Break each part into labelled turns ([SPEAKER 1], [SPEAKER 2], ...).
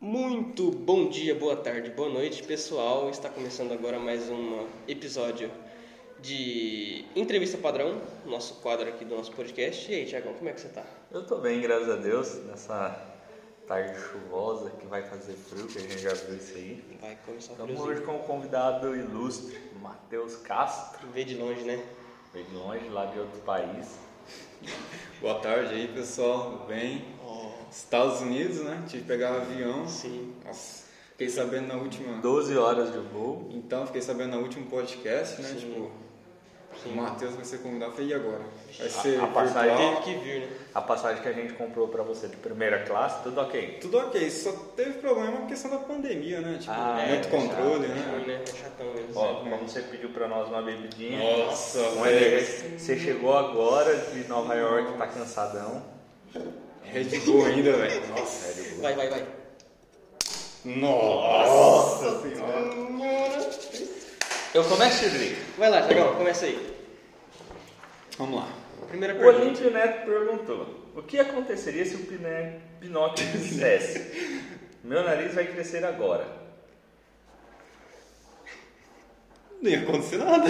[SPEAKER 1] Muito bom dia, boa tarde, boa noite, pessoal. Está começando agora mais um episódio de Entrevista Padrão, nosso quadro aqui do nosso podcast. E aí, Tiagão, como é que você tá?
[SPEAKER 2] Eu tô bem, graças a Deus, nessa tarde chuvosa que vai fazer frio, que a gente já viu isso aí.
[SPEAKER 1] Vai começar o
[SPEAKER 2] Estamos
[SPEAKER 1] friozinho.
[SPEAKER 2] hoje com um convidado ilustre, Matheus Castro,
[SPEAKER 1] Vê de longe, né?
[SPEAKER 2] veio de longe, lá de outro país.
[SPEAKER 3] Boa tarde aí, pessoal. Bem,
[SPEAKER 1] Oh,
[SPEAKER 3] Estados Unidos, né? Tive que pegar avião.
[SPEAKER 1] sim.
[SPEAKER 3] Nossa, fiquei sabendo na última.
[SPEAKER 2] 12 horas de voo.
[SPEAKER 3] Então, fiquei sabendo na última podcast, né?
[SPEAKER 1] Sim.
[SPEAKER 3] Tipo,
[SPEAKER 1] Sim.
[SPEAKER 3] o Matheus vai ser convidado. Eu Falei, e agora? Vai
[SPEAKER 2] A-
[SPEAKER 3] ser
[SPEAKER 2] a passagem
[SPEAKER 3] virtual?
[SPEAKER 1] Teve que vir, né?
[SPEAKER 2] A passagem que a gente comprou pra você de primeira classe, tudo ok.
[SPEAKER 3] Tudo ok, só teve problema a questão da pandemia, né? Tipo,
[SPEAKER 2] Ah, é,
[SPEAKER 3] muito
[SPEAKER 2] é
[SPEAKER 3] controle,
[SPEAKER 2] chato,
[SPEAKER 1] É ruim,
[SPEAKER 3] né?
[SPEAKER 1] né? É chatão mesmo.
[SPEAKER 2] Ó, como você pediu pra nós uma bebidinha.
[SPEAKER 3] Nossa,
[SPEAKER 2] Um
[SPEAKER 3] velho.
[SPEAKER 2] elegante. Você chegou agora de Nova York, tá cansadão.
[SPEAKER 3] Red Bull ainda, velho. Nossa.
[SPEAKER 2] Sério,
[SPEAKER 1] Vai, vai, vai.
[SPEAKER 3] Nossa senhora.
[SPEAKER 2] Eu começo, Chidri.
[SPEAKER 1] Vai lá, Tiagão, começa aí.
[SPEAKER 3] Vamos lá.
[SPEAKER 1] Primeira
[SPEAKER 2] O
[SPEAKER 1] pergunta.
[SPEAKER 2] Olímpio Neto perguntou: O que aconteceria se o Piné, Pinóquio dissesse? Meu nariz vai crescer agora.
[SPEAKER 3] Não ia acontecer nada.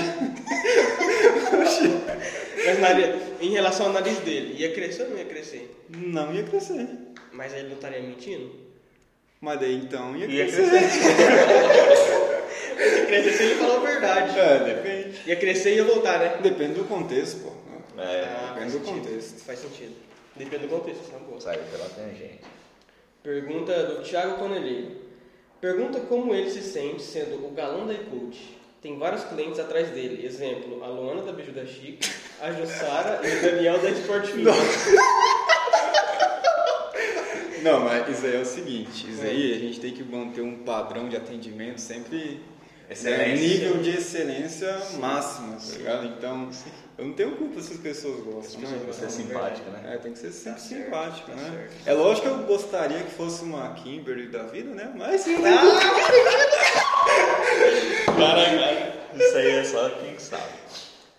[SPEAKER 1] Mas nariz, em relação ao nariz dele, ia crescer ou não ia crescer?
[SPEAKER 3] Não ia crescer.
[SPEAKER 1] Mas aí ele não estaria mentindo?
[SPEAKER 3] Mas daí então ia
[SPEAKER 2] Ia
[SPEAKER 3] crescer.
[SPEAKER 2] crescer.
[SPEAKER 1] Se crescesse, ele falou a verdade.
[SPEAKER 3] É, depende.
[SPEAKER 1] Ia crescer e ia voltar, né?
[SPEAKER 3] Depende do contexto, pô.
[SPEAKER 2] É,
[SPEAKER 1] Ah,
[SPEAKER 3] Depende
[SPEAKER 1] faz
[SPEAKER 3] do
[SPEAKER 1] sentido.
[SPEAKER 3] contexto.
[SPEAKER 1] Faz sentido. Depende do contexto, isso é uma boa.
[SPEAKER 2] saiu pela tangente.
[SPEAKER 1] Pergunta do Thiago Conelheiro. Pergunta como ele se sente sendo o galão da Ecult. Tem vários clientes atrás dele. Exemplo, a Luana da Biju da Chica, a Jussara e o Daniel da Sport Fit.
[SPEAKER 3] Não, mas isso aí é o seguinte, isso aí a gente tem que manter um padrão de atendimento sempre
[SPEAKER 2] Excelência.
[SPEAKER 3] né, nível de excelência máxima, tá ligado? Então, eu não tenho culpa se as pessoas gostam, né?
[SPEAKER 1] pessoas
[SPEAKER 2] Você é simpático, né?
[SPEAKER 3] É, tem que ser sempre
[SPEAKER 1] Tá certo,
[SPEAKER 3] simpático,
[SPEAKER 1] tá
[SPEAKER 3] né?
[SPEAKER 1] certo.
[SPEAKER 3] É lógico que eu gostaria que fosse uma Kimberly da vida, né? Mas
[SPEAKER 2] Isso aí é só quem sabe.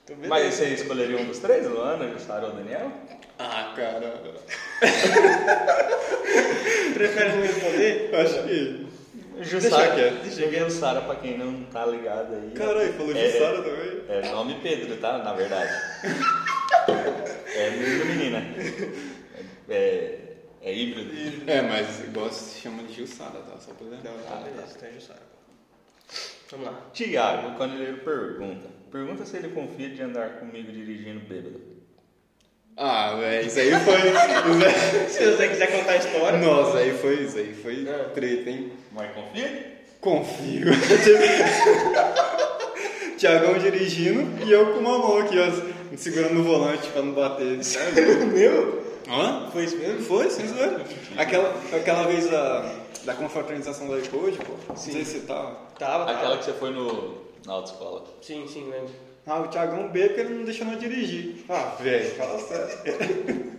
[SPEAKER 1] Tô vendo
[SPEAKER 2] Mas você escolheria um dos três, Luana, Jussara ou Daniel?
[SPEAKER 3] Ah, cara,
[SPEAKER 1] Prefere não responder?
[SPEAKER 3] eu acho que.
[SPEAKER 2] Jussara,
[SPEAKER 3] quieto,
[SPEAKER 2] Jussara, pra quem não tá ligado aí.
[SPEAKER 3] Caralho, falou de
[SPEAKER 2] é-
[SPEAKER 3] Sara também.
[SPEAKER 2] É nome Pedro, tá? Na verdade. é menino menina. É, é híbrido.
[SPEAKER 3] É, mas igual se chama de Jussara, tá? Só pra lembrar.
[SPEAKER 1] Não, tá beleza, então é Jussara. Vamos lá.
[SPEAKER 2] Tiago, quando ele pergunta, pergunta se ele confia de andar comigo dirigindo bêbado.
[SPEAKER 3] Ah, velho, isso aí foi. isso aí-
[SPEAKER 1] Se você quiser contar a história.
[SPEAKER 3] Nossa, aí foi isso, aí foi
[SPEAKER 1] É.
[SPEAKER 3] treta, hein?
[SPEAKER 2] Mas confia?
[SPEAKER 3] Confio. Tiagão dirigindo e eu com uma mão aqui, ó, segurando o volante pra não bater.
[SPEAKER 1] Meu?
[SPEAKER 3] Hã?
[SPEAKER 1] Foi isso mesmo?
[SPEAKER 3] Foi, sim, zoeira. Aquela, aquela vez da, da confraternização da Ecode, pô, sim. não sei se tá.
[SPEAKER 1] Tava, tava.
[SPEAKER 2] Aquela que você foi no, na autoescola.
[SPEAKER 1] Sim, sim, lembro.
[SPEAKER 3] Ah, o Tiagão B porque ele não deixou nós dirigir. Ah, velho, fala sério.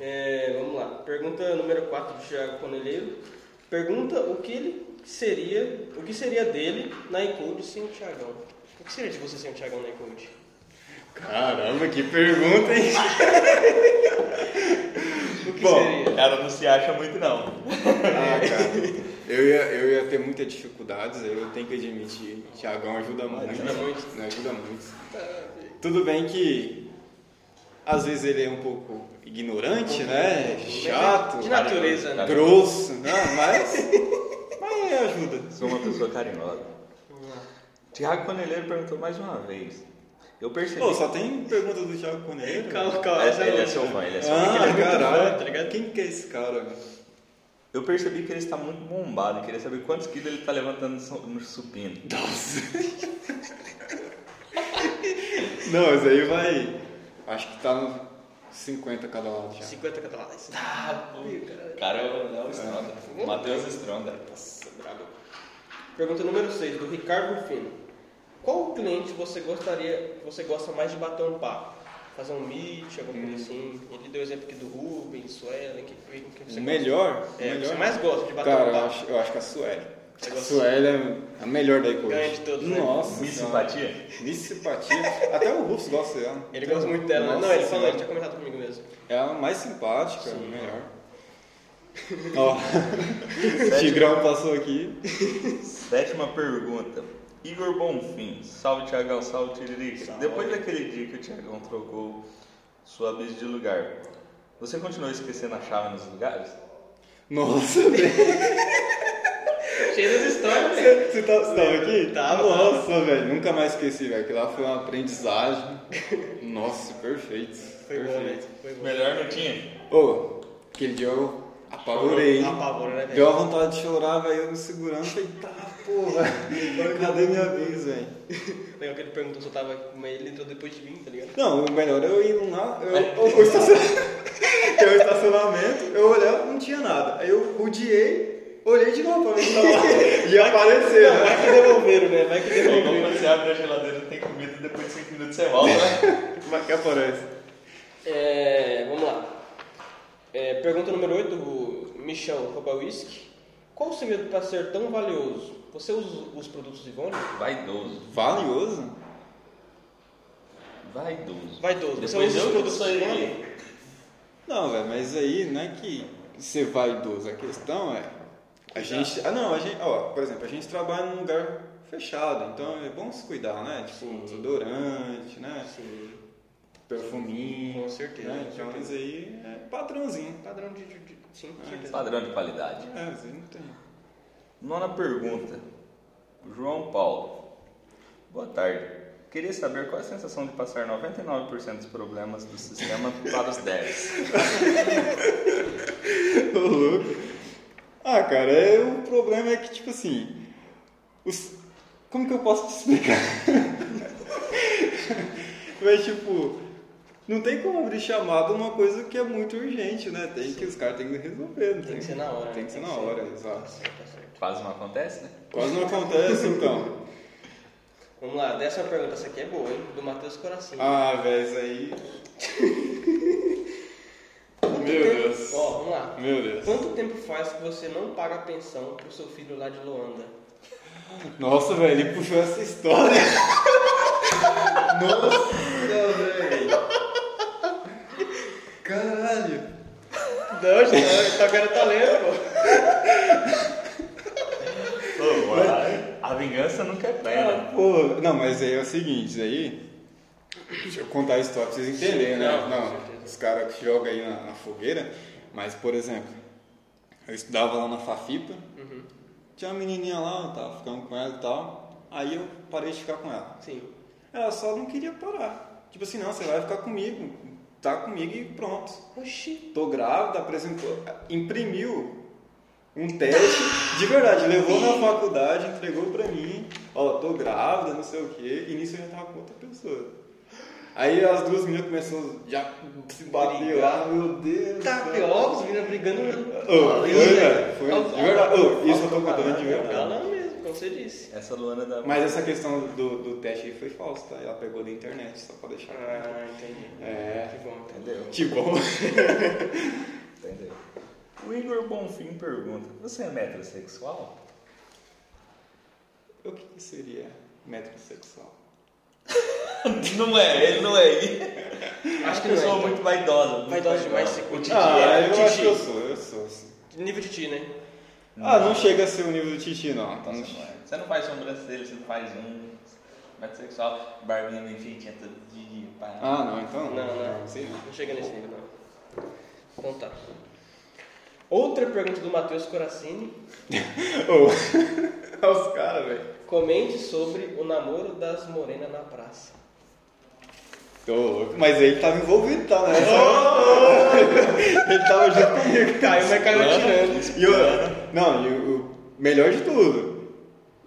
[SPEAKER 1] É, vamos lá. Pergunta número 4 do Thiago Conelheiro. Pergunta o que ele seria, o que seria dele na Ecode sem o Thiagão. O que seria de você sem o Thiagão na Ecode?
[SPEAKER 3] Caramba, que pergunta, hein?
[SPEAKER 1] O que
[SPEAKER 3] Bom,
[SPEAKER 1] seria?
[SPEAKER 2] O cara não se acha muito, não.
[SPEAKER 3] Ah, cara, eu ia, eu ia ter muitas dificuldades, eu tenho que admitir. Tiagão ajuda muito.
[SPEAKER 1] Ajuda muito.
[SPEAKER 3] Né, ajuda muito. Tudo bem que às vezes ele é um pouco ignorante,
[SPEAKER 2] é
[SPEAKER 3] né? Chato,
[SPEAKER 1] De natureza, né?
[SPEAKER 3] grosso, né? Mas, mas ajuda.
[SPEAKER 2] Sou uma pessoa carinhosa.
[SPEAKER 1] Vamos lá.
[SPEAKER 2] Tiago Conelheiro perguntou mais uma vez. Eu percebi.
[SPEAKER 3] Pô, só tem pergunta do Thiago Coneiro.
[SPEAKER 1] Calma, calma. essa
[SPEAKER 2] é, ele
[SPEAKER 1] não.
[SPEAKER 2] é seu fã, ele é seu fã.
[SPEAKER 3] Ah,
[SPEAKER 1] Ele é muito
[SPEAKER 3] caralho.
[SPEAKER 1] fã, tá ligado?
[SPEAKER 3] Quem que é esse cara?
[SPEAKER 2] Eu percebi que ele está muito bombado. Eu Queria saber quantos quilos ele está levantando no su- no supino.
[SPEAKER 3] Nossa. Não, isso aí vai. Acho que tá no 50 cada lado já.
[SPEAKER 1] 50 catalães. Ih, caralho.
[SPEAKER 2] O cara é o, é o Stronda. O Matheus Stronda.
[SPEAKER 1] Nossa, brabo. Pergunta número 6 do Ricardo Rufino. Qual cliente você gostaria, você gosta mais de bater um papo? Fazer um meet, alguma
[SPEAKER 3] Hum.
[SPEAKER 1] coisa assim. Ele deu exemplo aqui do Rubens, Suelen, que, que, que você
[SPEAKER 3] O melhor?
[SPEAKER 1] gosta. É,
[SPEAKER 3] o
[SPEAKER 1] o que
[SPEAKER 3] melhor?
[SPEAKER 1] você mais gosta de bater
[SPEAKER 3] Cara,
[SPEAKER 1] um
[SPEAKER 3] eu
[SPEAKER 1] papo?
[SPEAKER 3] acho, eu acho que a Sueli.
[SPEAKER 1] Você
[SPEAKER 3] A
[SPEAKER 1] gosta?
[SPEAKER 3] Sueli é a melhor da Ecoach.
[SPEAKER 1] Ganha de todos, né?
[SPEAKER 3] Nossa
[SPEAKER 2] Miss
[SPEAKER 3] senhora.
[SPEAKER 2] Simpatia?
[SPEAKER 3] Miss simpatia. Até o Russo gosta dela.
[SPEAKER 1] Ele gosta muito dela, né?
[SPEAKER 3] Nossa É
[SPEAKER 1] Não, ele falou,
[SPEAKER 3] senhora.
[SPEAKER 1] ele tinha comentado comigo mesmo.
[SPEAKER 3] É a mais simpática,
[SPEAKER 1] Sim.
[SPEAKER 3] melhor. Ó, o
[SPEAKER 1] Tipo, né?
[SPEAKER 3] Tigrão passou aqui.
[SPEAKER 2] Sétima pergunta. Igor Bonfim, salve Tiagão, salve Tiriri.
[SPEAKER 1] Salve.
[SPEAKER 2] Depois daquele dia que o Tiagão trocou sua bis de lugar, você continuou esquecendo a chave nos lugares?
[SPEAKER 3] Nossa, velho.
[SPEAKER 1] Cheio das histórias, né? velho.
[SPEAKER 3] Você, você tá- você tava aqui?
[SPEAKER 1] Tava,
[SPEAKER 3] Nossa, velho. Nunca mais esqueci, velho. Que lá foi uma aprendizagem. Nossa, perfeito.
[SPEAKER 1] Foi bom, né? velho.
[SPEAKER 3] perfeito.
[SPEAKER 1] Foi bom.
[SPEAKER 2] Melhor não tinha?
[SPEAKER 3] Ô, aquele dia eu apavorei. hein?
[SPEAKER 1] Apavorou, né,
[SPEAKER 3] Deu
[SPEAKER 1] velho?
[SPEAKER 3] a vontade de chorar, velho. Eu me segurando. Falei, tá, porra. Cadê minha vez, velho?
[SPEAKER 1] Legal que ele perguntou se eu tava aqui, mas ele entrou depois de mim, tá ligado?
[SPEAKER 3] Não, o melhor eu ir lá, eu, eu, eu estacionamento, eu, estacionamento, eu olhava, não tinha nada. Aí eu rodeei, olhei de novo pra ver se tava lá. E apareceu. né?
[SPEAKER 1] Vai que devolveram, né? Vai que
[SPEAKER 2] Igual
[SPEAKER 1] devolveram.
[SPEAKER 2] quando você abre a geladeira tem comida depois de 5 minutos você volta, né?
[SPEAKER 3] Mas que aparece.
[SPEAKER 1] É, vamos lá. É, pergunta número 8 do Michão Rouba Whisky. Qual o segredo para ser tão valioso? Você usa os produtos Ivone?
[SPEAKER 2] Vaidoso.
[SPEAKER 3] Valioso?
[SPEAKER 2] Vaidoso.
[SPEAKER 1] Vaidoso. Você usa os
[SPEAKER 2] Depois eu que
[SPEAKER 1] produtos
[SPEAKER 2] sou
[SPEAKER 1] Ivone?
[SPEAKER 2] ele.
[SPEAKER 3] Não, velho, mas aí não é que ser vaidoso. A questão é. A gente. Ah, não, a gente. Ó, por exemplo, a gente trabalha num lugar fechado, então é bom se cuidar, né? Tipo,
[SPEAKER 1] Sim.
[SPEAKER 3] desodorante, né?
[SPEAKER 1] Sim,
[SPEAKER 3] Perfuminho.
[SPEAKER 1] com certeza.
[SPEAKER 3] né?
[SPEAKER 1] com
[SPEAKER 3] Então, Ah,
[SPEAKER 1] certeza.
[SPEAKER 3] mas aí é padrãozinho.
[SPEAKER 1] Padrão de, de- de- Sim, com certeza.
[SPEAKER 2] Padrão de qualidade.
[SPEAKER 3] É, mas aí não tem.
[SPEAKER 2] Nona pergunta. João Paulo. Boa tarde. Queria saber qual é a sensação de passar 99% dos problemas do sistema para os 10.
[SPEAKER 3] Ô, louco. Ah, cara, é, o problema é que, tipo assim. os- Como que eu posso te explicar? Mas, tipo, não tem como abrir chamada uma coisa que é muito urgente, né? Tem que os caras têm que resolver, não tem?
[SPEAKER 1] Tem que ser na hora.
[SPEAKER 3] Tem
[SPEAKER 1] né?
[SPEAKER 3] que ser na hora,
[SPEAKER 1] Tá
[SPEAKER 3] exato.
[SPEAKER 1] certo, tá certo.
[SPEAKER 2] Quase não acontece, né?
[SPEAKER 3] Quase não acontece, então.
[SPEAKER 1] Vamos lá, décima pergunta. Essa aqui é boa, hein? Do Matheus Coração.
[SPEAKER 3] Ah, velho, isso aí.
[SPEAKER 1] Quanto
[SPEAKER 3] meu
[SPEAKER 1] tempo-
[SPEAKER 3] Deus.
[SPEAKER 1] Ó, vamos lá.
[SPEAKER 3] Meu Deus.
[SPEAKER 1] Quanto tempo faz que você não paga a pensão pro seu filho lá de Luanda?
[SPEAKER 3] Nossa, velho, ele puxou essa história. Nossa, velho. Caralho.
[SPEAKER 1] Não, gente, tá querendo tá lendo, pô.
[SPEAKER 2] a vingança nunca é plena.
[SPEAKER 3] Pô, não, mas aí é o seguinte, aí... Deixa eu contar a história pra vocês entenderem, né?
[SPEAKER 1] Não, com certeza.
[SPEAKER 3] Não, os caras que jogam aí na, na fogueira. Mas, por exemplo, eu estudava lá na Fafipa.
[SPEAKER 1] Uhum.
[SPEAKER 3] Tinha uma menininha lá, eu tava ficando com ela e tal. Aí eu parei de ficar com ela.
[SPEAKER 1] Sim.
[SPEAKER 3] Ela só não queria parar. Tipo assim, não, você vai ficar comigo, tá comigo e pronto.
[SPEAKER 1] Oxi.
[SPEAKER 3] Tô grávida, apresentou, imprimiu um teste, de verdade, levou na faculdade, entregou pra mim, ó, tô grávida, não sei o quê, e nisso eu já tava com outra pessoa. Aí as duas meninas começaram já se bater lá, meu Deus.
[SPEAKER 1] Tá
[SPEAKER 3] do céu.
[SPEAKER 1] pior, os meninos brigando.
[SPEAKER 3] Ô, foi, velho, foi, de verdade, ô, isso eu tô contando
[SPEAKER 1] Então, É
[SPEAKER 3] de
[SPEAKER 1] o
[SPEAKER 3] verdade.
[SPEAKER 1] galã mesmo, como você disse.
[SPEAKER 2] Essa Luana da.
[SPEAKER 3] Mas essa questão do, do teste aí foi falsa, tá? Ela pegou da internet, só pra deixar. claro.
[SPEAKER 1] Ah, entendi.
[SPEAKER 3] É. Tipo,
[SPEAKER 1] Que bom, então.
[SPEAKER 2] Entendeu?
[SPEAKER 3] Que bom.
[SPEAKER 2] Entendeu? O Igor Bonfim pergunta: Você é metrosexual?
[SPEAKER 3] O que que seria metrosexual?
[SPEAKER 2] Não é, ele não é.
[SPEAKER 1] Acho que
[SPEAKER 2] eu
[SPEAKER 1] não
[SPEAKER 2] sou
[SPEAKER 1] é.
[SPEAKER 2] muito vaidosa. muito
[SPEAKER 1] Vaidosa demais,
[SPEAKER 2] vaidosa.
[SPEAKER 1] se- o Titi
[SPEAKER 3] Ah,
[SPEAKER 1] é, o
[SPEAKER 3] eu
[SPEAKER 1] Titi.
[SPEAKER 3] acho que eu sou, eu sou. sim.
[SPEAKER 1] Nível de ti, né?
[SPEAKER 3] Ah, não chega a ser o nível do Titi, não.
[SPEAKER 2] Então,
[SPEAKER 3] Não
[SPEAKER 2] você, não
[SPEAKER 3] che-
[SPEAKER 2] é. Você não faz sobrancelha, você não faz um metrosexual, barbinha bem feitinha todo dia. pá.
[SPEAKER 3] Ah, não, então
[SPEAKER 1] Não, né? não.
[SPEAKER 3] Não sei não.
[SPEAKER 1] Não chega nesse nível, não. Então tá. Outra pergunta do Matheus Coracini.
[SPEAKER 3] Ô, os caras, velho.
[SPEAKER 1] Comente sobre o namoro das morenas na praça.
[SPEAKER 3] Tô louco. Mas ele tava envolvido, tá? Né? ele tava junto comigo.
[SPEAKER 1] Caiu, mas caiu atirando.
[SPEAKER 3] E o, é. não, e o, o melhor de tudo,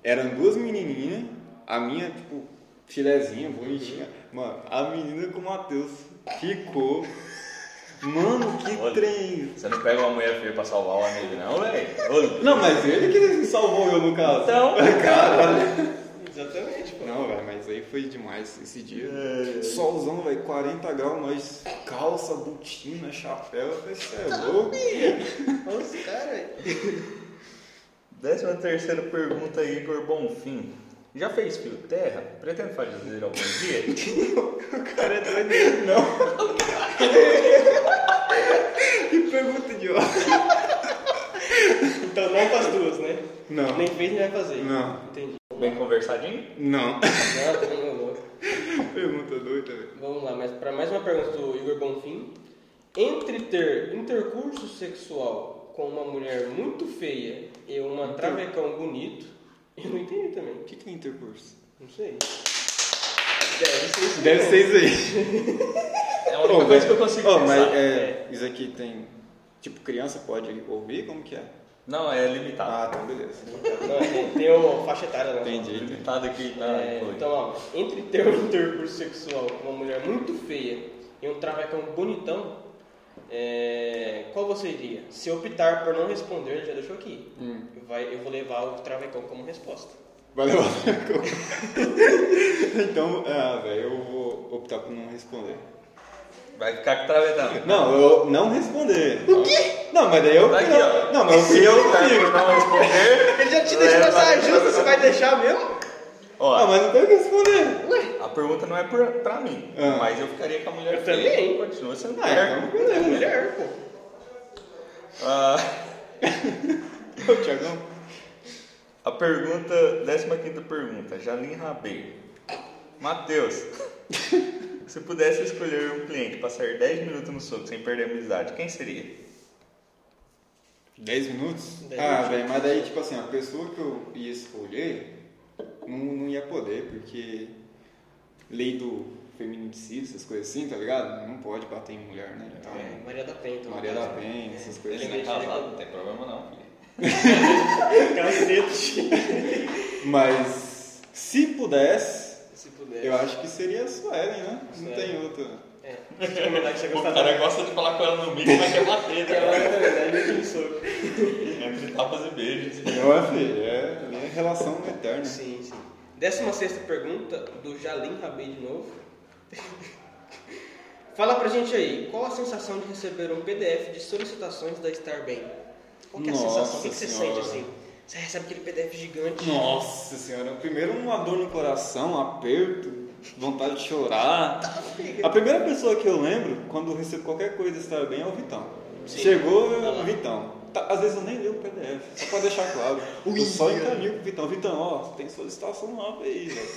[SPEAKER 3] eram duas menininhas, a minha, tipo, filezinha, bonitinha. Mano, a menina com o Matheus ficou. Mano, que
[SPEAKER 2] Olha.
[SPEAKER 3] trem.
[SPEAKER 2] Você não pega uma mulher feia pra salvar um amigo, não, velho?
[SPEAKER 3] Não, mas ele que salvou eu no caso.
[SPEAKER 1] Então.
[SPEAKER 3] Caralho.
[SPEAKER 1] Exatamente, pô.
[SPEAKER 3] Não, velho, mas aí foi demais esse dia. Solzão, velho, 40 graus, mas calça, botina, chapéu, eu falei, "Cê é louco. Então,
[SPEAKER 1] Olha os caras, velho.
[SPEAKER 2] Décima terceira pergunta, Igor Bonfim. Já fez fio terra? Pretende fazer algum dia?
[SPEAKER 3] O cara é doido, não. que pergunta idiota.
[SPEAKER 1] fazer.
[SPEAKER 3] né? Não.
[SPEAKER 1] Entendi.
[SPEAKER 2] Bem conversadinho?
[SPEAKER 3] Não.
[SPEAKER 1] Não, tá também não vou.
[SPEAKER 3] Pergunta doida, velho.
[SPEAKER 1] Vamos lá, mas para mais uma pergunta do Igor Bonfim. Entre ter intercurso sexual com uma mulher muito feia e uma travecão bonito, eu não entendi também.
[SPEAKER 3] O que, que é intercurso?
[SPEAKER 1] Não sei. Deve ser isso.
[SPEAKER 3] Deve
[SPEAKER 1] mesmo.
[SPEAKER 3] ser isso aí.
[SPEAKER 2] É a única
[SPEAKER 3] Ô,
[SPEAKER 2] coisa que eu
[SPEAKER 3] velho.
[SPEAKER 2] consigo
[SPEAKER 3] Ô,
[SPEAKER 2] pensar.
[SPEAKER 3] mas é, isso aqui tem. Tipo, criança pode ouvir? Como que é?
[SPEAKER 2] Não, é limitado.
[SPEAKER 3] Ah, então beleza.
[SPEAKER 1] Não, tem- tem uma faixa etária lá.
[SPEAKER 3] Entendi.
[SPEAKER 2] limitado aqui tá
[SPEAKER 1] É,
[SPEAKER 2] incluído.
[SPEAKER 1] então, ó, entre ter um intercurso sexual com uma mulher muito feia e um travecão bonitão, é, qual você iria? Se optar por não responder, ele já deixou aqui.
[SPEAKER 3] Hum.
[SPEAKER 1] Vai, eu vou levar o travecão como resposta.
[SPEAKER 3] Vai levar outra coisa. Então, ah, velho, eu vou optar por não responder.
[SPEAKER 2] Vai ficar com travetão.
[SPEAKER 3] Não, eu não responder. O quê? Não, mas daí eu.
[SPEAKER 2] Tá Aqui, ó. Tá
[SPEAKER 3] não, mas eu eu comigo.
[SPEAKER 2] não responder.
[SPEAKER 1] Ele já te
[SPEAKER 2] deixou
[SPEAKER 1] deixou
[SPEAKER 3] É,
[SPEAKER 2] Leva.
[SPEAKER 1] essa
[SPEAKER 2] essa
[SPEAKER 1] ajuda, você vai deixar mesmo?
[SPEAKER 3] Não,
[SPEAKER 2] Ó,
[SPEAKER 3] mas não tem o que responder.
[SPEAKER 2] a pergunta não é pra, pra mim,
[SPEAKER 3] Ah.
[SPEAKER 2] mas eu ficaria com a mulher
[SPEAKER 1] Eu
[SPEAKER 2] feia.
[SPEAKER 1] também.
[SPEAKER 2] Continua sendo
[SPEAKER 3] Ah,
[SPEAKER 2] mulher.
[SPEAKER 3] então
[SPEAKER 1] né?
[SPEAKER 3] beleza.
[SPEAKER 1] Mulher, pô.
[SPEAKER 2] Ah,
[SPEAKER 3] Ô, Tiagão.
[SPEAKER 2] a pergunta, 15 pergunta, Jalim Rabei. Matheus, se pudesse escolher um cliente pra sair 10 minutos no soco sem perder a amizade, quem seria?
[SPEAKER 3] 10 minutos?
[SPEAKER 1] Dez
[SPEAKER 3] ah,
[SPEAKER 1] minutos.
[SPEAKER 3] velho, mas daí, tipo assim, a pessoa que eu ia escolher não, não ia poder, porque lei do feminicídio, essas coisas assim, tá ligado? Não pode bater em mulher, né? Então,
[SPEAKER 2] É.
[SPEAKER 1] Maria da Penha. então.
[SPEAKER 3] Maria da Penha, essas coisas
[SPEAKER 1] Ele
[SPEAKER 3] assim.
[SPEAKER 1] é casado.
[SPEAKER 2] tem problema não, filho.
[SPEAKER 1] Cacete.
[SPEAKER 3] Mas, se pudesse,
[SPEAKER 1] Se puder.
[SPEAKER 3] eu acho que seria a Suelen, né? Não
[SPEAKER 1] Suelen.
[SPEAKER 3] tem outra.
[SPEAKER 1] É. Deixa eu comentar que você
[SPEAKER 2] O
[SPEAKER 1] gosta
[SPEAKER 2] cara
[SPEAKER 1] dela.
[SPEAKER 2] gosta de falar com ela no mínimo, mas quer bater,
[SPEAKER 1] Ela
[SPEAKER 2] tá?
[SPEAKER 1] é da verdade, eu sou.
[SPEAKER 2] Entre tapas e beijos.
[SPEAKER 3] Não, é, filho, é, é relação eterna.
[SPEAKER 1] Sim, sim. Décima sexta pergunta, do Jalim Rabei de novo. Fala pra gente aí, qual a sensação de receber um PDF de solicitações da Star Bem? Qual que é a
[SPEAKER 3] Nossa
[SPEAKER 1] sensação? O que, que você
[SPEAKER 3] Senhora.
[SPEAKER 1] sente assim? Você recebe aquele PDF gigante.
[SPEAKER 3] Nossa senhora, primeiro um uma dor no coração, um aperto, vontade de chorar. A primeira pessoa que eu lembro quando eu recebo qualquer coisa estar bem é o Vitão.
[SPEAKER 1] Sim.
[SPEAKER 3] Chegou é
[SPEAKER 1] Tá lá.
[SPEAKER 3] o Vitão. Tá, às vezes eu nem leio o PDF, só pra deixar claro. Eu só encaminho pro Vitão. Vitão, ó, tem solicitação nova aí, velho.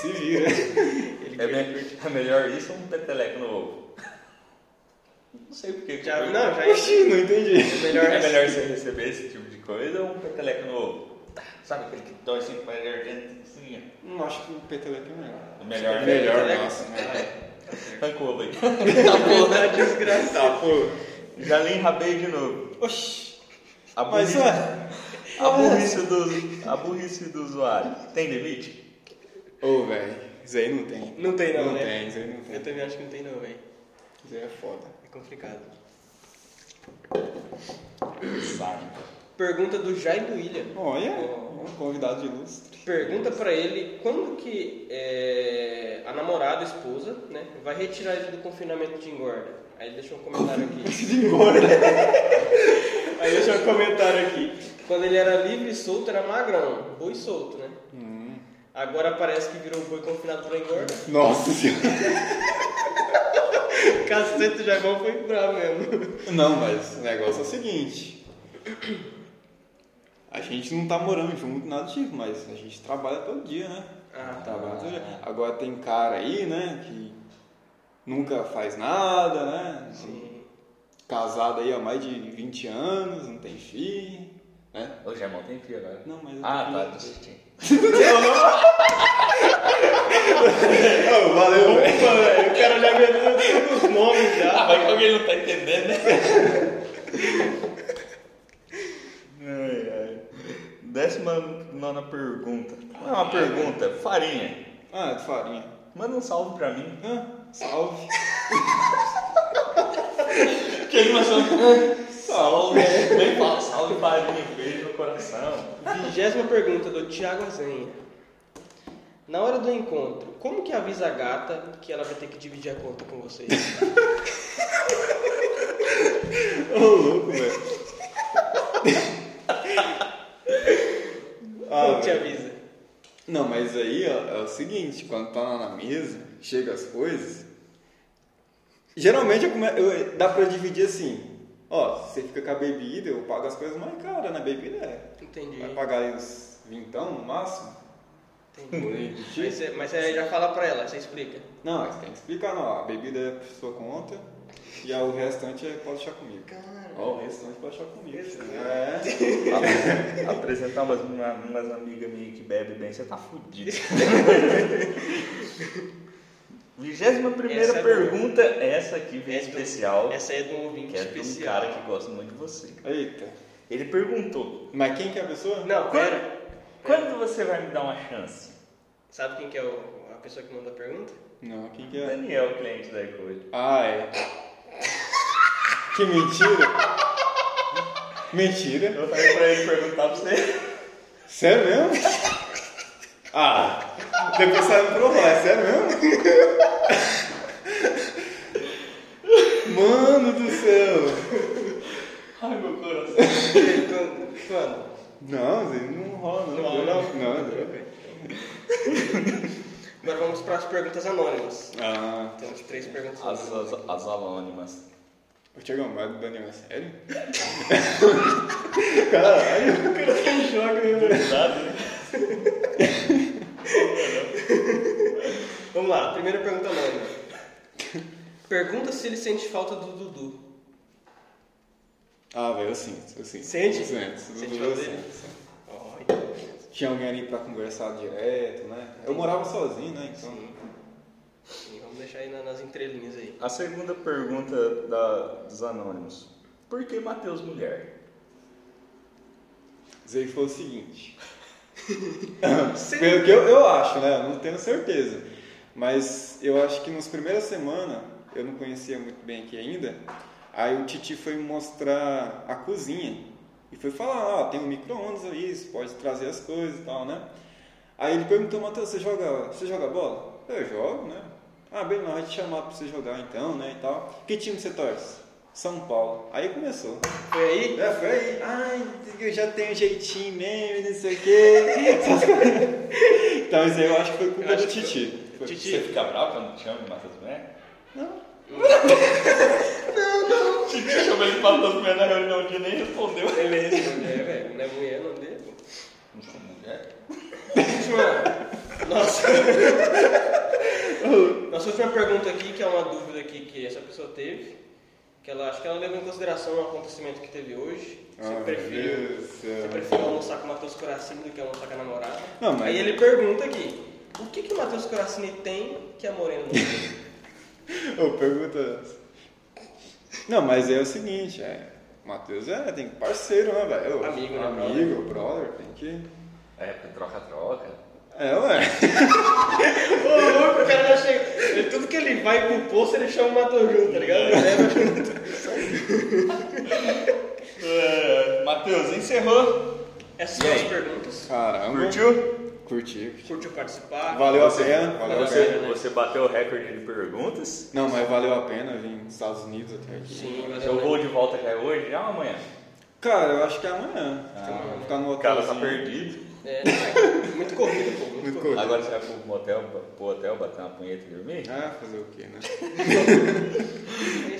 [SPEAKER 3] Se vira.
[SPEAKER 2] É, me- é melhor isso ou um peteleco no ovo? Não sei porque. que
[SPEAKER 1] Já,
[SPEAKER 2] eu-
[SPEAKER 1] não, já é
[SPEAKER 3] Oxi, não entendi.
[SPEAKER 1] melhor.
[SPEAKER 2] É melhor você receber esse tipo de coisa ou um peteleco no ovo? Sabe aquele que dói assim pra ele dentro assim?
[SPEAKER 3] Não, acho que o Peteleco é melhor.
[SPEAKER 2] ó? O melhor é
[SPEAKER 3] Melhor,
[SPEAKER 1] Peteleco.
[SPEAKER 3] nossa, melhor.
[SPEAKER 2] Arranca o ovo aí.
[SPEAKER 1] Verdade, desgraça.
[SPEAKER 3] Tá, pô.
[SPEAKER 2] Jalim rabei de novo.
[SPEAKER 3] Oxi.
[SPEAKER 2] A
[SPEAKER 3] Mas,
[SPEAKER 2] burrice,
[SPEAKER 3] ué.
[SPEAKER 2] a burrice, do, a burrice do usuário tem limite?
[SPEAKER 3] Ô, velho, isso aí não tem.
[SPEAKER 1] Não tem não,
[SPEAKER 3] Não
[SPEAKER 1] né?
[SPEAKER 3] tem, isso aí não tem.
[SPEAKER 1] Eu também acho que não tem não, velho.
[SPEAKER 3] Isso aí é foda.
[SPEAKER 1] É complicado.
[SPEAKER 2] Sabe.
[SPEAKER 1] Pergunta do Jaime William.
[SPEAKER 3] Olha, um convidado ilustre.
[SPEAKER 1] Pergunta pra ele quando que é, a namorada, a esposa, né, vai retirar ele do confinamento de engorda. Aí ele deixou um comentário aqui.
[SPEAKER 3] De engorda.
[SPEAKER 1] Aí deixou um comentário aqui. Quando ele era livre e solto, era magrão. Boi solto, né?
[SPEAKER 3] Hum.
[SPEAKER 1] Agora parece que virou um boi confinado pra engorda.
[SPEAKER 3] Nossa senhora.
[SPEAKER 1] Cacete, o Jaimão é foi bravo mesmo.
[SPEAKER 3] Não, mas o negócio é o seguinte. A gente não tá morando junto, nada do tipo, mas a gente trabalha todo dia, né?
[SPEAKER 1] Ah, tá.
[SPEAKER 3] Trabalha todo dia. Agora tem cara aí, né, que nunca faz nada, né?
[SPEAKER 1] Sim.
[SPEAKER 3] Casado aí há mais de 20 anos, não tem filho, né?
[SPEAKER 2] Ô, Germão, é tem fio agora.
[SPEAKER 3] Não, mas eu
[SPEAKER 2] Ah,
[SPEAKER 3] tô
[SPEAKER 2] tá,
[SPEAKER 3] com-
[SPEAKER 2] desisti.
[SPEAKER 3] Ô, valeu, velho.
[SPEAKER 1] o cara já me todos os nomes
[SPEAKER 2] Ah,
[SPEAKER 1] já.
[SPEAKER 2] vai que alguém não tá entendendo, né? ai, ai. Décima nona pergunta. Não é uma pergunta, farinha.
[SPEAKER 3] Ah, é de farinha.
[SPEAKER 2] Manda um salve pra mim.
[SPEAKER 3] Ah, salve.
[SPEAKER 2] Que ele mandou. salve. Vem falar salve, farinha. Beijo no coração.
[SPEAKER 1] Vigésima pergunta do Thiago Azenha. Na hora do encontro, como que avisa a gata que ela vai ter que dividir a conta com vocês?
[SPEAKER 3] Ô, louco, velho.
[SPEAKER 1] Como
[SPEAKER 3] Ah,
[SPEAKER 1] te
[SPEAKER 3] velho.
[SPEAKER 1] avisa?
[SPEAKER 3] não, mas aí ó, é o seguinte, quando tá lá na mesa, chega as coisas. Geralmente eu come... eu- dá pra dividir assim. Ó, se você fica com a bebida, eu pago as coisas mais caras, na bebida é.
[SPEAKER 1] Entendi.
[SPEAKER 3] Vai pagar aí uns vintão no máximo?
[SPEAKER 1] Entendi.
[SPEAKER 3] Porém,
[SPEAKER 1] Mas você, mas você já fala pra ela, você explica.
[SPEAKER 3] Não, você tem que explicar, não. A bebida é por sua conta e aí o restante é, pode deixar comigo.
[SPEAKER 1] Cara.
[SPEAKER 3] Ó, o restante pode deixar comigo.
[SPEAKER 1] Esse
[SPEAKER 3] É.
[SPEAKER 2] Apre- Apresentar umas, uma- umas amigas minhas que bebem bem, você tá fudido. 21
[SPEAKER 1] Essa
[SPEAKER 2] primeira
[SPEAKER 1] é boa.
[SPEAKER 2] pergunta, essa aqui vem
[SPEAKER 1] Essa é do-
[SPEAKER 2] especial,
[SPEAKER 1] Essa é de um ouvinte
[SPEAKER 2] que é de um
[SPEAKER 1] especial.
[SPEAKER 2] cara que gosta muito de você.
[SPEAKER 3] Eita.
[SPEAKER 2] Ele perguntou,
[SPEAKER 3] Mas quem que é a pessoa?
[SPEAKER 1] Não, pera.
[SPEAKER 2] quando você vai me dar uma chance?
[SPEAKER 1] Sabe quem que é o- a pessoa que manda a pergunta?
[SPEAKER 3] Não, quem que é?
[SPEAKER 2] Daniel, cliente da Ecoid.
[SPEAKER 3] Ah, é. Que mentira. mentira.
[SPEAKER 2] Eu falei pra ele perguntar pra você.
[SPEAKER 3] Sério mesmo? Ah, depois você vai me provar, é sério mesmo? Mano do céu!
[SPEAKER 2] Ai, meu coração.
[SPEAKER 1] Quando? Quando?
[SPEAKER 3] Não, Zé, não rola, não.
[SPEAKER 1] Não rola, não?
[SPEAKER 3] Não, não.
[SPEAKER 1] Agora vamos para as perguntas anônimas.
[SPEAKER 3] Ah,
[SPEAKER 1] Temos três perguntas
[SPEAKER 2] As,
[SPEAKER 1] anônimas.
[SPEAKER 2] as, as anônimas.
[SPEAKER 3] o Thiago Amado do Daniel é sério? Caralho!
[SPEAKER 2] O cara tem jogo verdade.
[SPEAKER 1] Vamos lá, primeira pergunta anônima. Pergunta se ele sente falta do Dudu.
[SPEAKER 3] Ah, velho, eu sinto, eu sinto.
[SPEAKER 1] Sente?
[SPEAKER 3] Eu sinto,
[SPEAKER 1] Sente
[SPEAKER 3] eu
[SPEAKER 1] falta dele?
[SPEAKER 3] sinto, sinto.
[SPEAKER 1] Olha.
[SPEAKER 3] Tinha alguém ali pra conversar direto, né? Eu morava sozinho, né? Então.
[SPEAKER 1] Sim. Sim, Uhum. vamos deixar aí na- nas entrelinhas aí.
[SPEAKER 2] A segunda pergunta da- dos anônimos. Por que Matheus Mulher?
[SPEAKER 3] Zé foi o seguinte.
[SPEAKER 1] Sim.
[SPEAKER 3] Pelo que eu, eu acho, né? Eu Não tenho certeza. Mas eu acho que nas primeiras semanas, eu não conhecia muito bem aqui ainda, aí o Titi foi me mostrar a cozinha. E foi falar, ó, tem um micro-ondas aí, você pode trazer as coisas e tal, né? Aí ele perguntou, Matheus, você joga, você joga bola? Eu jogo, né? Ah, bem, nós vai te chamar pra você jogar então, né, e tal. Que time você torce? São Paulo. Aí começou.
[SPEAKER 1] Foi aí?
[SPEAKER 3] É, foi aí. Ai, eu já tenho um jeitinho mesmo, não sei o quê. Essas coisas. então isso aí eu acho que foi culpa
[SPEAKER 1] Eu acho
[SPEAKER 3] do
[SPEAKER 1] que
[SPEAKER 3] Titi. Foi.
[SPEAKER 1] Titi.
[SPEAKER 2] Você fica bravo quando te chama de Matheus Mulher?
[SPEAKER 3] Não.
[SPEAKER 2] Titi chamou ele de Matheus Mulher na reunião e nem respondeu.
[SPEAKER 1] Ele respondeu, é, velho. Não é mulher, não dele.
[SPEAKER 2] Não sou mulher?
[SPEAKER 1] Última. Nossa. Nossa última pergunta aqui, que é uma dúvida aqui que essa pessoa teve. Que ela acho que ela levou em consideração o acontecimento que teve hoje. Você
[SPEAKER 3] Ai,
[SPEAKER 1] prefere.
[SPEAKER 3] Ah, meu Deus do
[SPEAKER 1] Você
[SPEAKER 3] céu.
[SPEAKER 1] prefere almoçar com o Matheus Coracini do que almoçar com a namorada?
[SPEAKER 3] Não, mas-
[SPEAKER 1] Aí ele pergunta aqui, o que, que o Matheus Coracini tem que a Morena não tem?
[SPEAKER 3] Ô, pergunta. Não, mas é o seguinte, é. O Matheus é, tem que parceiro, né, velho?
[SPEAKER 1] Amigo, né,
[SPEAKER 3] Amigo, brother, tem que.
[SPEAKER 2] É, porque troca-troca.
[SPEAKER 3] É, ué.
[SPEAKER 1] Ô, louco, o cara já chega... ele- Tudo que ele vai pro poço, ele chama o Matheus junto, tá ligado? Ele leva junto.
[SPEAKER 2] É, Matheus, encerrou.
[SPEAKER 1] Essas
[SPEAKER 2] E
[SPEAKER 1] são É as
[SPEAKER 2] aí?
[SPEAKER 1] perguntas.
[SPEAKER 3] Caramba.
[SPEAKER 2] Curtiu?
[SPEAKER 3] Curti, curti.
[SPEAKER 1] Curtiu participar?
[SPEAKER 3] Valeu a pena, valeu a
[SPEAKER 2] Você,
[SPEAKER 3] pena.
[SPEAKER 1] né?
[SPEAKER 2] você bateu o recorde de perguntas?
[SPEAKER 3] Não, mas valeu a pena vir dos Estados Unidos até aqui.
[SPEAKER 1] Sim,
[SPEAKER 2] Seu voo de volta já é hoje? Já ou amanhã?
[SPEAKER 3] Cara, eu acho que é amanhã.
[SPEAKER 2] Ah,
[SPEAKER 3] ficar no assim.
[SPEAKER 2] O cara tá
[SPEAKER 3] hotelzinho.
[SPEAKER 2] perdido.
[SPEAKER 1] É, não, é muito corrido, pô. Muito,
[SPEAKER 3] Muito
[SPEAKER 1] corrido.
[SPEAKER 2] Agora você vai pro motel, pro hotel, bater uma punheta e dormir?
[SPEAKER 3] Ah, fazer o quê, né?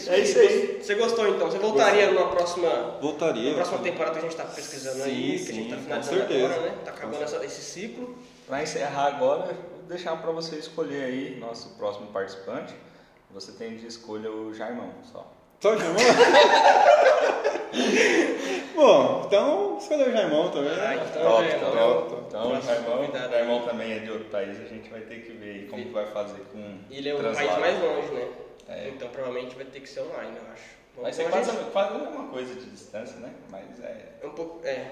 [SPEAKER 2] É isso aí.
[SPEAKER 1] Você gostou então? Você voltaria numa próxima,
[SPEAKER 3] Voltaria.
[SPEAKER 1] na próxima temporada que a gente tá pesquisando
[SPEAKER 3] Sim,
[SPEAKER 1] aí, que a
[SPEAKER 3] sim,
[SPEAKER 1] gente tá
[SPEAKER 3] com
[SPEAKER 1] finalizando
[SPEAKER 3] certeza.
[SPEAKER 1] agora, né? Tá acabando
[SPEAKER 3] Com
[SPEAKER 1] essa- esse ciclo.
[SPEAKER 2] Para encerrar agora, vou deixar para você escolher aí nosso próximo participante. Você tem de escolha o Jaimão só.
[SPEAKER 3] Só o Jaimão? Bom, então escolheu o Jaimão também.
[SPEAKER 1] Ah,
[SPEAKER 3] né?
[SPEAKER 1] então,
[SPEAKER 2] Top,
[SPEAKER 1] é,
[SPEAKER 2] top.
[SPEAKER 3] Top.
[SPEAKER 2] Então, o
[SPEAKER 1] Próximo
[SPEAKER 2] Jaimão,
[SPEAKER 1] convidado.
[SPEAKER 2] Jaimão também é de outro país, a gente vai ter que ver aí como que vai fazer com.
[SPEAKER 1] Ele é o país
[SPEAKER 2] translado.
[SPEAKER 1] mais longe, né?
[SPEAKER 2] É.
[SPEAKER 1] Então provavelmente vai ter que ser online, eu acho. Bom,
[SPEAKER 2] Vai ser
[SPEAKER 1] então a
[SPEAKER 2] quase,
[SPEAKER 1] gente-
[SPEAKER 2] quase a mesma coisa de distância, né? Mas é.
[SPEAKER 1] É um pouco. É.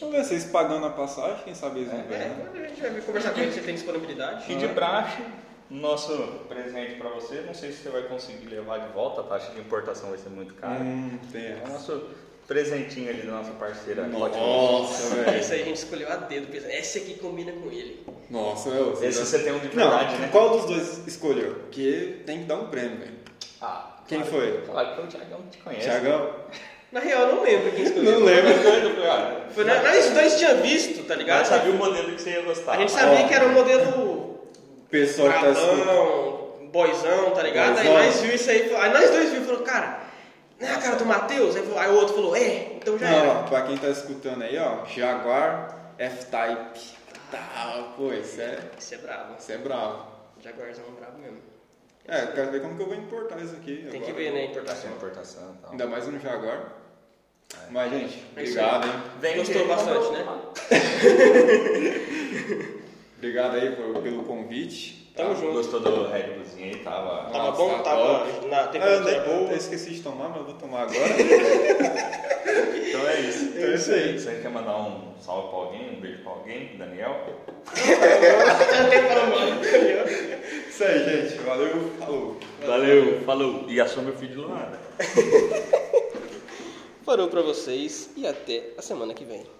[SPEAKER 3] Vamos ver vocês pagando a passagem, quem sabe eles vão ver. né?
[SPEAKER 1] É, a gente vai conversar com ele se tem disponibilidade.
[SPEAKER 2] E de praxe, nosso presente para você, não sei se você vai conseguir levar de volta, a taxa de importação vai ser muito cara.
[SPEAKER 3] Hum,
[SPEAKER 2] É o
[SPEAKER 3] tem.
[SPEAKER 2] nosso presentinho ali da nossa parceira.
[SPEAKER 3] Nossa,
[SPEAKER 1] Isso
[SPEAKER 3] velho.
[SPEAKER 1] aí a gente escolheu a dedo, pensando, esse aqui combina com ele.
[SPEAKER 3] Nossa, velho. vocês-
[SPEAKER 2] Esse você tem
[SPEAKER 1] é
[SPEAKER 2] um de
[SPEAKER 3] Não,
[SPEAKER 2] verdade, né?
[SPEAKER 3] qual dos dois escolheu? Porque tem que dar um prêmio, velho.
[SPEAKER 2] Ah,
[SPEAKER 3] Quem
[SPEAKER 2] claro-
[SPEAKER 3] foi?
[SPEAKER 2] Claro que o Thiagão te conhece.
[SPEAKER 3] Tiagão?
[SPEAKER 1] Na real, eu não lembro quem escolheu.
[SPEAKER 3] Não lembro.
[SPEAKER 2] Lembra?
[SPEAKER 1] Foi, na- nós dois tinha visto, tá ligado?
[SPEAKER 2] Mas sabia o modelo que você ia gostar.
[SPEAKER 1] A gente sabia
[SPEAKER 3] Ó.
[SPEAKER 1] que era um modelo
[SPEAKER 3] Pessoal que tá escutando.
[SPEAKER 1] bravão, boyzão, tá ligado? Aí
[SPEAKER 3] Boyzão.
[SPEAKER 1] nós viu isso aí, e falou- aí nós dois viu e falou, cara, Não é a cara do Matheus? Aí, falou- aí o outro falou, é, então já
[SPEAKER 3] Não,
[SPEAKER 1] era.
[SPEAKER 3] ó, pra quem tá escutando aí, ó, Jaguar F-Type. Tá, pô, isso é,
[SPEAKER 1] Isso é brabo.
[SPEAKER 3] isso é bravo.
[SPEAKER 1] Jaguarzão é brabo mesmo.
[SPEAKER 3] É, eu quero ver como que eu vou importar isso aqui.
[SPEAKER 1] Tem
[SPEAKER 3] agora.
[SPEAKER 1] que ver, né, a
[SPEAKER 2] Tá sem
[SPEAKER 1] importação.
[SPEAKER 2] importação e tal.
[SPEAKER 3] Ainda mais no Jaguar. Mas, gente,
[SPEAKER 1] É isso aí.
[SPEAKER 3] obrigado, hein?
[SPEAKER 2] Vende
[SPEAKER 1] Gostou
[SPEAKER 2] ele,
[SPEAKER 1] bastante,
[SPEAKER 2] comprou
[SPEAKER 1] né?
[SPEAKER 2] uma.
[SPEAKER 3] Obrigado aí por- pelo convite.
[SPEAKER 1] Tamo junto.
[SPEAKER 2] Tá. Gostou do Red Bullzinho aí? Tava.
[SPEAKER 1] Tava
[SPEAKER 3] Nossa,
[SPEAKER 1] bom?
[SPEAKER 3] tá
[SPEAKER 1] Tava
[SPEAKER 3] top.
[SPEAKER 1] na
[SPEAKER 3] Ah, eu,
[SPEAKER 1] temperatura
[SPEAKER 3] nem- eu
[SPEAKER 1] boa?
[SPEAKER 3] esqueci de tomar, mas eu vou tomar agora.
[SPEAKER 2] Então é isso.
[SPEAKER 3] É isso aí.
[SPEAKER 2] Você quer mandar um salve pra alguém, um beijo pra alguém, Daniel?
[SPEAKER 3] um Isso aí, gente. Valeu, falou.
[SPEAKER 2] Valeu, falou. E assume o filho de Luana.
[SPEAKER 1] Parou pra vocês e até a semana que vem.